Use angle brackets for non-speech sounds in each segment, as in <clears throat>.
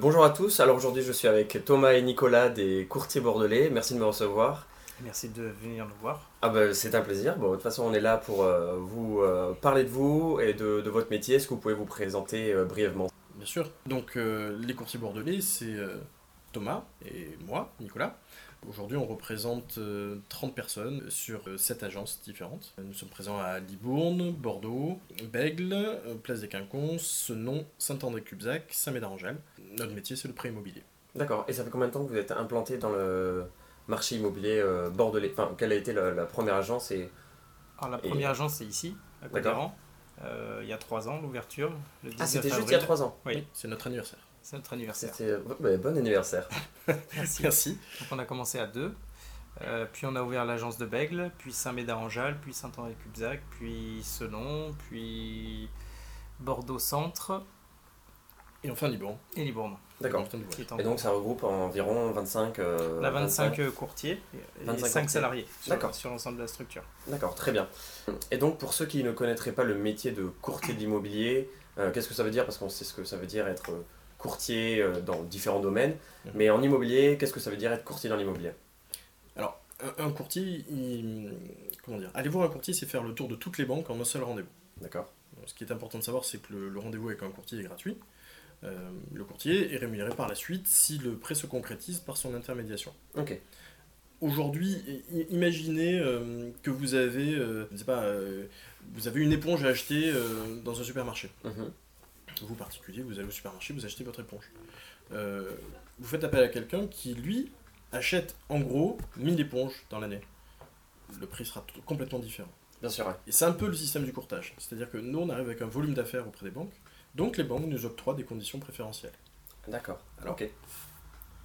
Bonjour à tous, alors aujourd'hui je suis avec Thomas et Nicolas des courtiers bordelais, merci de me recevoir. Merci de venir nous voir. Ah ben, c'est un plaisir, bon, de toute façon on est là pour euh, vous euh, parler de vous et de, de votre métier, est-ce que vous pouvez vous présenter euh, brièvement Bien sûr. Donc, euh, les courtiers bordelais, c'est euh, Thomas et moi, Nicolas. Aujourd'hui, on représente euh, 30 personnes sur euh, sept agences différentes. Nous sommes présents à Libourne, Bordeaux, Bègle, euh, Place des Quinconces, Senon, Saint-André-Cubzac, Saint-Médard-en-Jalles. Notre métier, c'est le prêt immobilier. D'accord, et ça fait combien de temps que vous êtes implanté dans le marché immobilier euh, bordelais Enfin, quelle a été la, la première agence Ah, et... Alors, la Et- première agence, c'est ici, à D'accord. Cotteran. Euh, il y a trois ans, l'ouverture. le Ah, 19 c'était juste il avril. y a 3 ans Oui. C'est notre anniversaire. C'est notre anniversaire. C'était... ben, bon anniversaire Merci. Merci. Donc, on a commencé à deux. Euh, puis on a ouvert l'agence de Bègle, puis Saint-Médard-en-Jalles, puis Saint-André-Cubzac, puis Selon, puis Bordeaux-Centre Et enfin, Libourne. et Libourne. D'accord. Enfin, Libourne. qui est en- Et donc ça regroupe environ 25... euh, on a 25 euh, courtiers et 25 5 courtiers. salariés sur- D'accord. sur l'ensemble de la structure. D'accord, très bien. Et donc pour ceux qui ne connaîtraient pas le métier de courtier de l'immobilier, euh, qu'est-ce que ça veut dire Parce qu'on sait ce que ça veut dire être euh, courtier euh, dans différents domaines, Mhm. mais en immobilier, qu'est-ce que ça veut dire être courtier dans l'immobilier Un, un courtier, il- comment dire Aller voir un courtier, c'est faire le tour de toutes les banques en un seul rendez-vous. D'accord Ce qui est important de savoir, c'est que le, le rendez-vous avec un courtier est gratuit. Euh, le courtier est rémunéré par la suite si le prêt se concrétise par son intermédiation. Ok. Aujourd'hui, i- imaginez euh, que vous avez, euh, je sais pas, euh, vous avez une éponge à acheter euh, dans un supermarché. Mhm. Vous particulier, vous allez au supermarché, vous achetez votre éponge. Euh, vous faites appel à quelqu'un qui, lui, achète en gros 1000 éponges dans l'année. Le prix sera t- complètement différent. Bien sûr, ouais. Et c'est un peu le système du courtage. C'est-à-dire que nous, on arrive avec un volume d'affaires auprès des banques, donc les banques nous octroient des conditions préférentielles. D'accord. Alors. ok.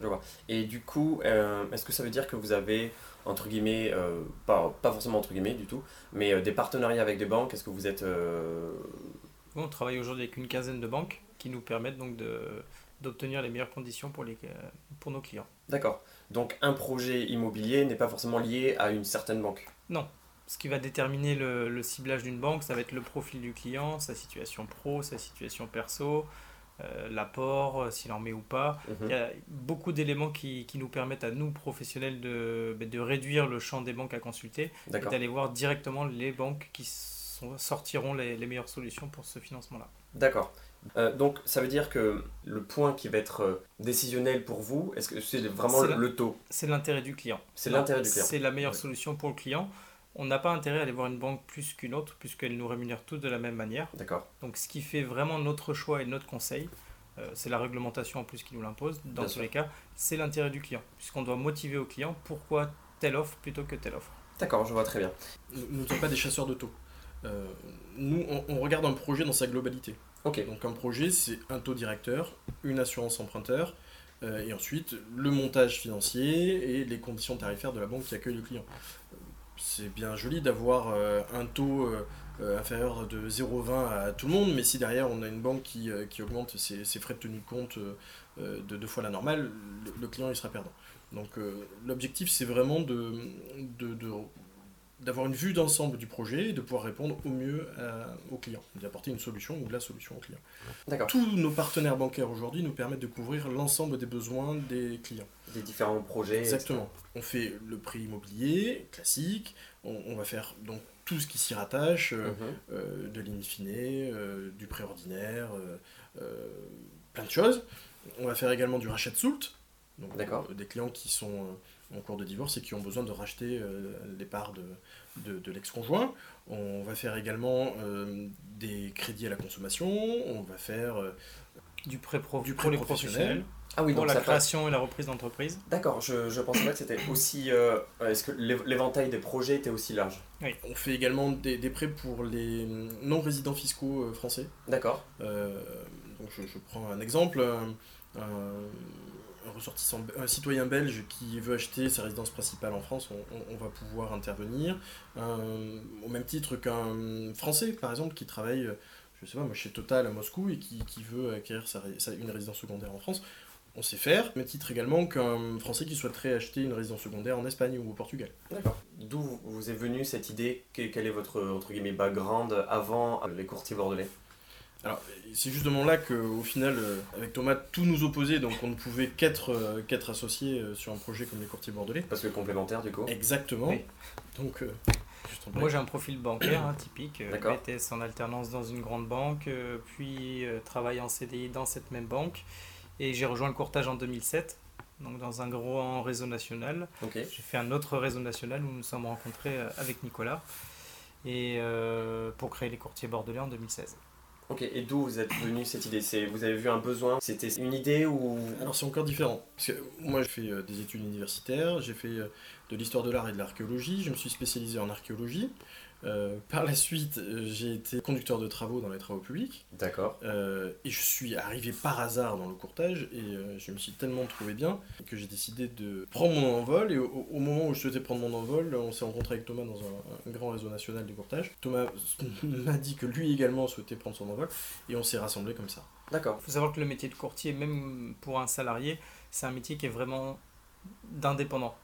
Je vois. Et du coup, euh, est-ce que ça veut dire que vous avez, entre guillemets, euh, pas, pas forcément entre guillemets du tout, mais euh, des partenariats avec des banques Est-ce que vous êtes... euh, Nous, on travaille aujourd'hui avec une quinzaine de banques qui nous permettent donc de- d'obtenir les meilleures conditions pour, les, euh, pour nos clients. D'accord. Donc un projet immobilier n'est pas forcément lié à une certaine banque. Ce qui va déterminer le, le ciblage d'une banque, ça va être le profil du client, sa situation pro, sa situation perso, euh, l'apport, euh, s'il en met ou pas. Mhm. Il y a beaucoup d'éléments qui, qui nous permettent à nous, professionnels, de, ben, de réduire le champ des banques à consulter et D'accord. d'aller voir directement les banques qui sont- sortiront les- les meilleures solutions pour ce financement-là. D'accord. Euh, donc ça veut dire que le point qui va être euh, décisionnel pour vous, est-ce que c'est vraiment C'est le, la- le taux C'est l'intérêt du client. C'est l'intérêt du client. C'est la meilleure Ouais. solution pour le client. On n'a pas intérêt à aller voir une banque plus qu'une autre, puisqu'elles nous rémunèrent toutes de la même manière. D'accord. Donc, ce qui fait vraiment notre choix et notre conseil, euh, c'est la réglementation en plus qui nous l'impose. Dans Bien tous sûr. les cas, c'est l'intérêt du client, puisqu'on doit motiver au client pourquoi telle offre plutôt que telle offre. D'accord, je vois très bien. Nous nous ne sommes pas des chasseurs de taux. Euh, nous, on, on regarde un projet dans sa globalité. Ok. Donc un projet, c'est un taux directeur, une assurance emprunteur, euh, et ensuite le montage financier et les conditions tarifaires de la banque qui accueille le client. Euh, C'est bien joli d'avoir euh, un taux euh, euh, inférieur de 0,20 à tout le monde, mais si derrière on a une banque qui, euh, qui augmente ses, ses frais de tenue de compte euh, euh, de deux fois la normale, le, le client il sera perdant. Donc euh, l'objectif c'est vraiment de, de- de- d'avoir une vue d'ensemble du projet et de pouvoir répondre au mieux euh, à- au client, d'apporter une solution ou la solution au client. D'accord. Tous nos partenaires bancaires aujourd'hui nous permettent de couvrir l'ensemble des besoins des clients. Des différents projets. Exactement. On fait le prix immobilier classique, on, on va faire donc tout ce qui s'y rattache, euh, etc. Mhm. euh, de l'inifine, euh, du préordinaire, euh, euh, plein de choses. On va faire également du rachat de soult, donc D'accord. euh, des clients qui sont euh, en cours de divorce et qui ont besoin de racheter euh, les parts de, de- de l'ex-conjoint. On va faire également euh, des crédits à la consommation, on va faire euh, Du prêt pro Du pour prêt les professionnel, professionnels, Ah oui, pour donc la ça passe. création et la reprise d'entreprise. D'accord, je, je pensais pas que c'était aussi. euh, Est-ce que l'éve- l'éventail des projets était aussi large on fait également des, des prêts pour les euh, non-résidents fiscaux euh, français. D'accord. Euh, donc je, je prends un exemple. Un, un- un ressortissant, un citoyen belge qui veut acheter sa résidence principale en France, on, on- on va pouvoir intervenir. Un- au même titre qu'un Français, par exemple, qui travaille, euh, je sais pas, moi, chez Total à Moscou et qui, qui veut acquérir sa ré- sa- une résidence secondaire en France, on sait faire. Au même titre également qu'un Français qui souhaiterait acheter une résidence secondaire en Espagne ou au Portugal. D'accord. D'où vous- vous est venue cette idée Que- Quel est votre entre guillemets background avant euh, les courtiers bordelais Alors, c'est justement là qu'au final, euh, avec Thomas, tout nous opposait, donc on ne pouvait qu'être euh, qu'être associés euh, sur un projet comme les courtiers bordelais. Parce que complémentaire, du coup. Exactement. Oui. Donc, euh, je t'en prie. Moi j'ai un profil bancaire hein, typique, euh, D'accord. BTS en alternance dans une grande banque, euh, puis euh, travail en CDI dans cette même banque, et j'ai rejoint le courtage en 2007, donc dans un grand réseau national. Ok. J'ai fait un autre réseau national où nous nous sommes rencontrés euh, avec Nicolas, et euh, pour créer les courtiers bordelais en 2016. Ok, et d'où vous êtes venu cette idée C'est Vous avez vu un besoin C'était une idée ou. Alors c'est encore différent. Parce que moi j'ai fait euh, des études universitaires, j'ai fait euh, de l'histoire de l'art et de l'archéologie, je me suis spécialisé en archéologie. Euh, par la suite, euh, j'ai été conducteur de travaux dans les travaux publics D'accord. Euh, et je suis arrivé par hasard dans le courtage et euh, je me suis tellement trouvé bien que j'ai décidé de prendre mon envol et au, au moment où je souhaitais prendre mon envol, on s'est rencontré avec Thomas dans un, un grand réseau national de courtage. Thomas <laughs> m'a dit que lui également souhaitait prendre son envol et on s'est rassemblés comme ça. D'accord. Il faut savoir que le métier de courtier, même pour un salarié, c'est un métier qui est vraiment d'indépendant.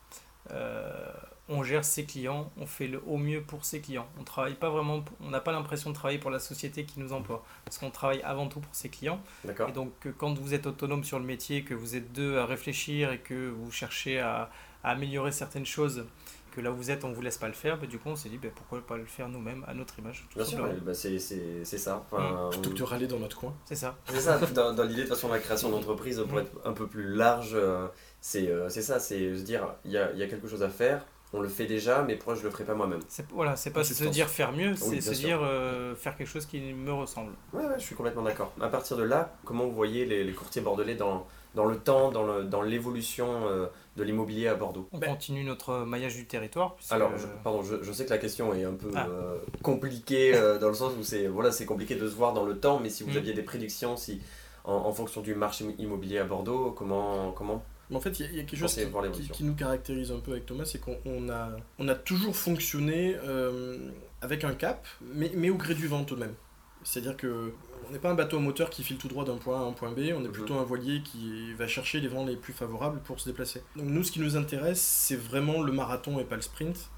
Euh, on gère ses clients, on fait le au mieux pour ses clients. On travaille pas vraiment, pour- on n'a pas l'impression de travailler pour la société qui nous emploie, parce qu'on travaille avant tout pour ses clients. D'accord. Et donc, euh, quand vous êtes autonome sur le métier, que vous êtes deux à réfléchir et que vous cherchez à, à améliorer certaines choses, que là où vous êtes, on vous laisse pas le faire, bah, du coup, on s'est dit bah, pourquoi pas le faire nous-mêmes à notre image. tout Bien sûr, simplement. ouais, Mmh. bah, c'est c'est- c'est ça. Enfin, Plutôt que de râler dans notre coin. C'est ça. C'est ça, dans, dans l'idée de toute façon la création d'entreprise, pour Mm. être un peu plus large, euh, c'est euh, c'est ça, c'est se dire il y a, il y a quelque chose à faire, on le fait déjà, mais pourquoi je le ferai pas moi-même C'est voilà, c'est pas se Consistance. dire faire mieux, c'est Ah bien se sûr. dire euh, faire quelque chose qui me ressemble. Ouais, ouais, je suis complètement d'accord. À partir de là, comment vous voyez les, les courtiers bordelais dans, dans le temps, dans le- dans l'évolution euh, de l'immobilier à Bordeaux On Ben- continue notre maillage du territoire. puisque- Alors, je, pardon, je, je sais que la question est un peu Ah. euh, compliquée euh, dans le sens où c'est voilà, c'est compliqué de se voir dans le temps, mais si vous Mm. aviez des prédictions, si en, en fonction du marché immobilier à Bordeaux, comment comment Mais en fait, il y, a- il y a quelque Je chose pensais qui, voir qui- l'évolution. qui nous caractérise un peu avec Thomas, c'est qu'on on a, on a toujours fonctionné euh, avec un cap, mais, mais au gré du vent tout de même. C'est-à-dire que on n'est pas un bateau à moteur qui file tout droit d'un point A à un point B, on est Mhm. plutôt un voilier qui va chercher les vents les plus favorables pour se déplacer. Donc nous, ce qui nous intéresse, c'est vraiment le marathon et pas le sprint.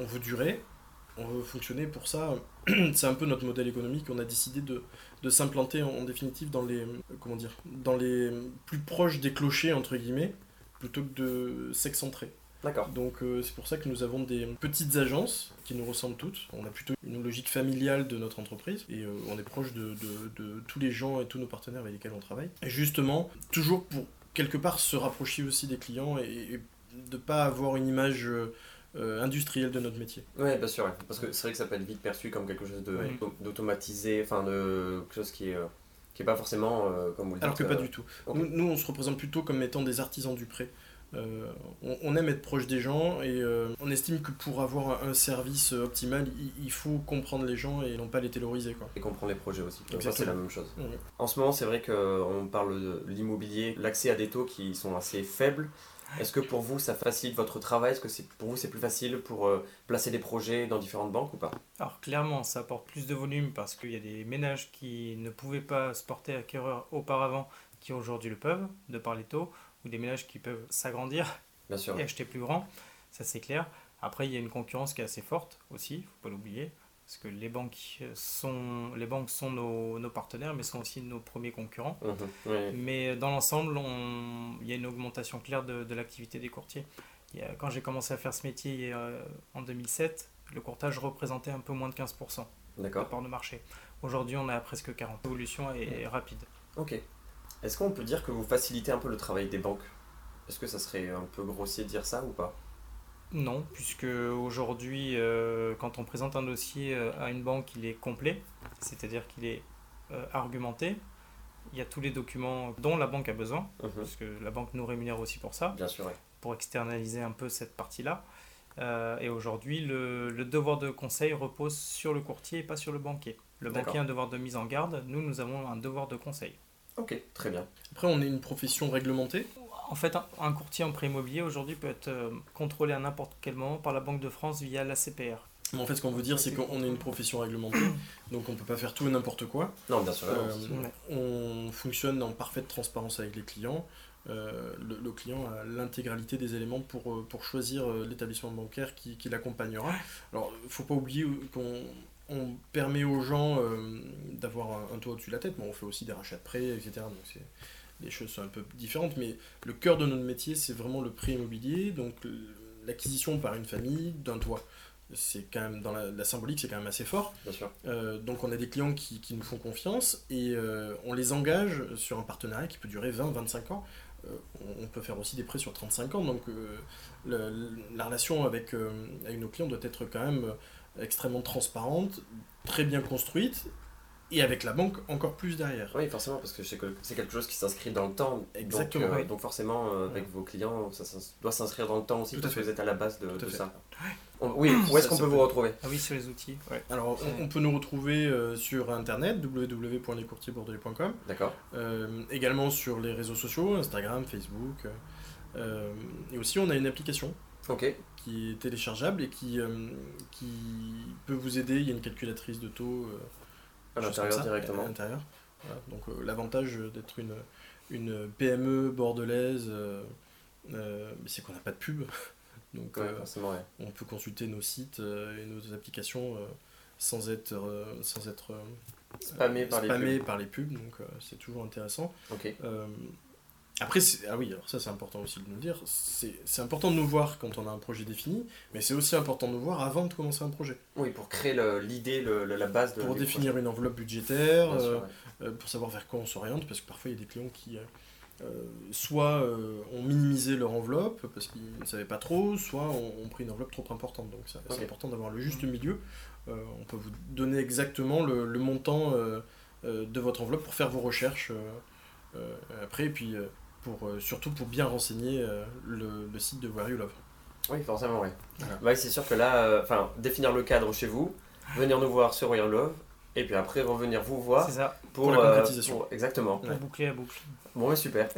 On veut durer, on veut fonctionner pour ça. <clears throat> C'est un peu notre modèle économique. On a décidé de, de s'implanter en, en définitive dans les, comment dire, dans les plus proches des clochers, entre guillemets, plutôt que de s'excentrer. D'accord. Donc euh, c'est pour ça que nous avons des petites agences qui nous ressemblent toutes. On a plutôt une logique familiale de notre entreprise et euh, on est proche de, de- de tous les gens et tous nos partenaires avec lesquels on travaille. Et justement, toujours pour quelque part se rapprocher aussi des clients et, et de pas avoir une image euh, euh, industrielle de notre métier. Ouais, bien sûr, ouais. parce que c'est vrai que ça peut être vite perçu comme quelque chose de- Mm. Oui. d'automatisé, enfin de quelque chose qui est, euh, qui est pas forcément euh, comme vous le dites. Alors que pas du tout. Ok. Nous, nous, on se représente plutôt comme étant des artisans du prêt. Euh, on, on aime être proche des gens et euh, on estime que pour avoir un service optimal, il, il faut comprendre les gens et non pas les terroriser. Quoi. Et comprendre les projets aussi. Donc ça, c'est Exactement. la même chose. Ouais. En ce moment, c'est vrai qu'on parle de l'immobilier, l'accès à des taux qui sont assez faibles. Est-ce que pour vous, ça facilite votre travail Est-ce que c'est- pour vous, c'est plus facile pour euh, placer des projets dans différentes banques ou pas Alors clairement, ça apporte plus de volume parce qu'il y a des ménages qui ne pouvaient pas se porter acquéreur auparavant, qui aujourd'hui le peuvent, de par les taux, ou des ménages qui peuvent s'agrandir Bien sûr. et acheter plus grand, ça c'est clair. Après, il y a une concurrence qui est assez forte aussi, faut pas l'oublier, parce que les banques sont, les banques sont nos, nos partenaires, mais sont aussi nos premiers concurrents. Mhm. Oui. Mais euh, dans l'ensemble, on- il y a une augmentation claire de, de l'activité des courtiers. Il y a- quand j'ai commencé à faire ce métier euh, en 2007, le courtage représentait un peu moins de 15% de D'accord. part de marché. Aujourd'hui, on est à presque 40%. L'évolution est rapide. Ok. Est-ce qu'on peut dire que vous facilitez un peu le travail des banques Est-ce que ça serait un peu grossier de dire ça ou pas Non, puisque aujourd'hui, euh, quand on présente un dossier euh, à une banque, il est complet, c'est-à-dire qu'il est euh, argumenté. Il y a tous les documents dont la banque a besoin, Mhm. parce que la banque nous rémunère aussi pour ça. Bien sûr, oui. pour externaliser un peu cette partie-là. Euh, et aujourd'hui, le, le devoir de conseil repose sur le courtier et pas sur le banquier. Le D'accord. banquier a un devoir de mise en garde, nous, nous avons un devoir de conseil. Ok, très bien. Après, on est une profession réglementée. En fait, un, un courtier en prêt immobilier aujourd'hui peut être euh, contrôlé à n'importe quel moment par la Banque de France via l'ACPR. Mais en fait, ce qu'on veut dire, c'est qu'on est une profession réglementée, donc on peut pas faire tout et n'importe quoi. Non, bien sûr. Euh, non. on fonctionne en parfaite transparence avec les clients. Euh, le, le client a l'intégralité des éléments pour, euh, pour choisir euh, l'établissement bancaire qui, qui l'accompagnera. Alors, faut pas oublier qu'on on permet aux gens euh, d'avoir un, un toit au-dessus de la tête, mais on fait aussi des rachats de prêts, etc. Donc c'est- les choses sont un peu différentes, mais le cœur de notre métier, c'est vraiment le prêt immobilier, donc euh, l'acquisition par une famille d'un toit. C'est quand même, dans la- la symbolique, c'est quand même assez fort. bien sûr. Euh, donc on a des clients qui, qui nous font confiance et euh, on les engage sur un partenariat qui peut durer 20-25 ans. Euh, on- on peut faire aussi des prêts sur 35 ans, donc euh, le- la relation avec, euh, avec nos clients doit être quand même euh, extrêmement transparente, très bien construite et avec la banque encore plus derrière. Oui, forcément, parce que je sais que c'est quelque chose qui s'inscrit dans le temps. Donc, Exactement, euh, oui. Donc forcément, euh, avec vos clients, ça, s'ins- doit s'inscrire dans le temps aussi, Tout à parce que fait. vous êtes à la base de, Tout à de fait. ça. On- oui, où est-ce Ça, qu'on ça peut vous peut- retrouver Ah oui, sur les outils. ouais. Alors on, on peut nous retrouver euh, sur internet www.lescourtiersbordelais.com D'accord. Euh, également sur les réseaux sociaux, Instagram, Facebook. euh, euh, et aussi on a une application Ok. qui est téléchargeable et qui, euh, qui peut vous aider. Il y a une calculatrice de taux euh, À choses l'intérieur comme ça, Euh, directement. à l'intérieur. Voilà. Donc euh, l'avantage d'être une, une PME bordelaise, euh, euh, c'est qu'on n'a pas de pub. <laughs> Donc Ouais, euh, forcément, ouais. on peut consulter nos sites euh, et nos applications euh, sans être, euh, sans être euh, Spammé par les spammé par les pubs. Donc euh, c'est toujours intéressant. Ok. Euh, après, c'est- ah oui, alors ça c'est important aussi de nous le dire. C'est c'est important de nous voir quand on a un projet défini, mais c'est aussi important de nous voir avant de commencer un projet. Oui, pour créer le- l'idée, le- le- la base de. Pour du définir une enveloppe budgétaire, projet. Euh, Bien sûr, euh, ouais. euh, pour savoir vers quoi on s'oriente, parce que parfois il y a des clients qui euh, euh, soit euh, ont minimisé leur enveloppe parce qu'ils ne savaient pas trop, soit ont, ont pris une enveloppe trop importante. Donc ça- c'est Ok. important d'avoir le juste milieu. Euh, on peut vous donner exactement le, le montant euh, euh, de votre enveloppe pour faire vos recherches euh, euh, après, et puis euh, pour, euh, surtout pour bien renseigner euh, le, le site de Where You Love. Oui, forcément, oui. Voilà. Bah, c'est sûr que là, euh, enfin, définir le cadre chez vous, venir nous voir sur Royal Love, et puis après revenir vous voir C'est ça, pour, Pour la euh, concrétisation. pour- exactement. pour Ouais. boucler la boucle. Bon, bah, super.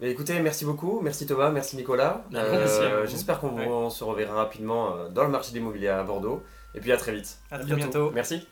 Mais écoutez, merci beaucoup, merci Thomas, merci Nicolas. Merci à vous. J'espère qu'on Ouais. euh, on se reverra rapidement euh, dans le marché de l'immobilier à Bordeaux, et puis à très vite. À, À très bientôt. bientôt. Merci.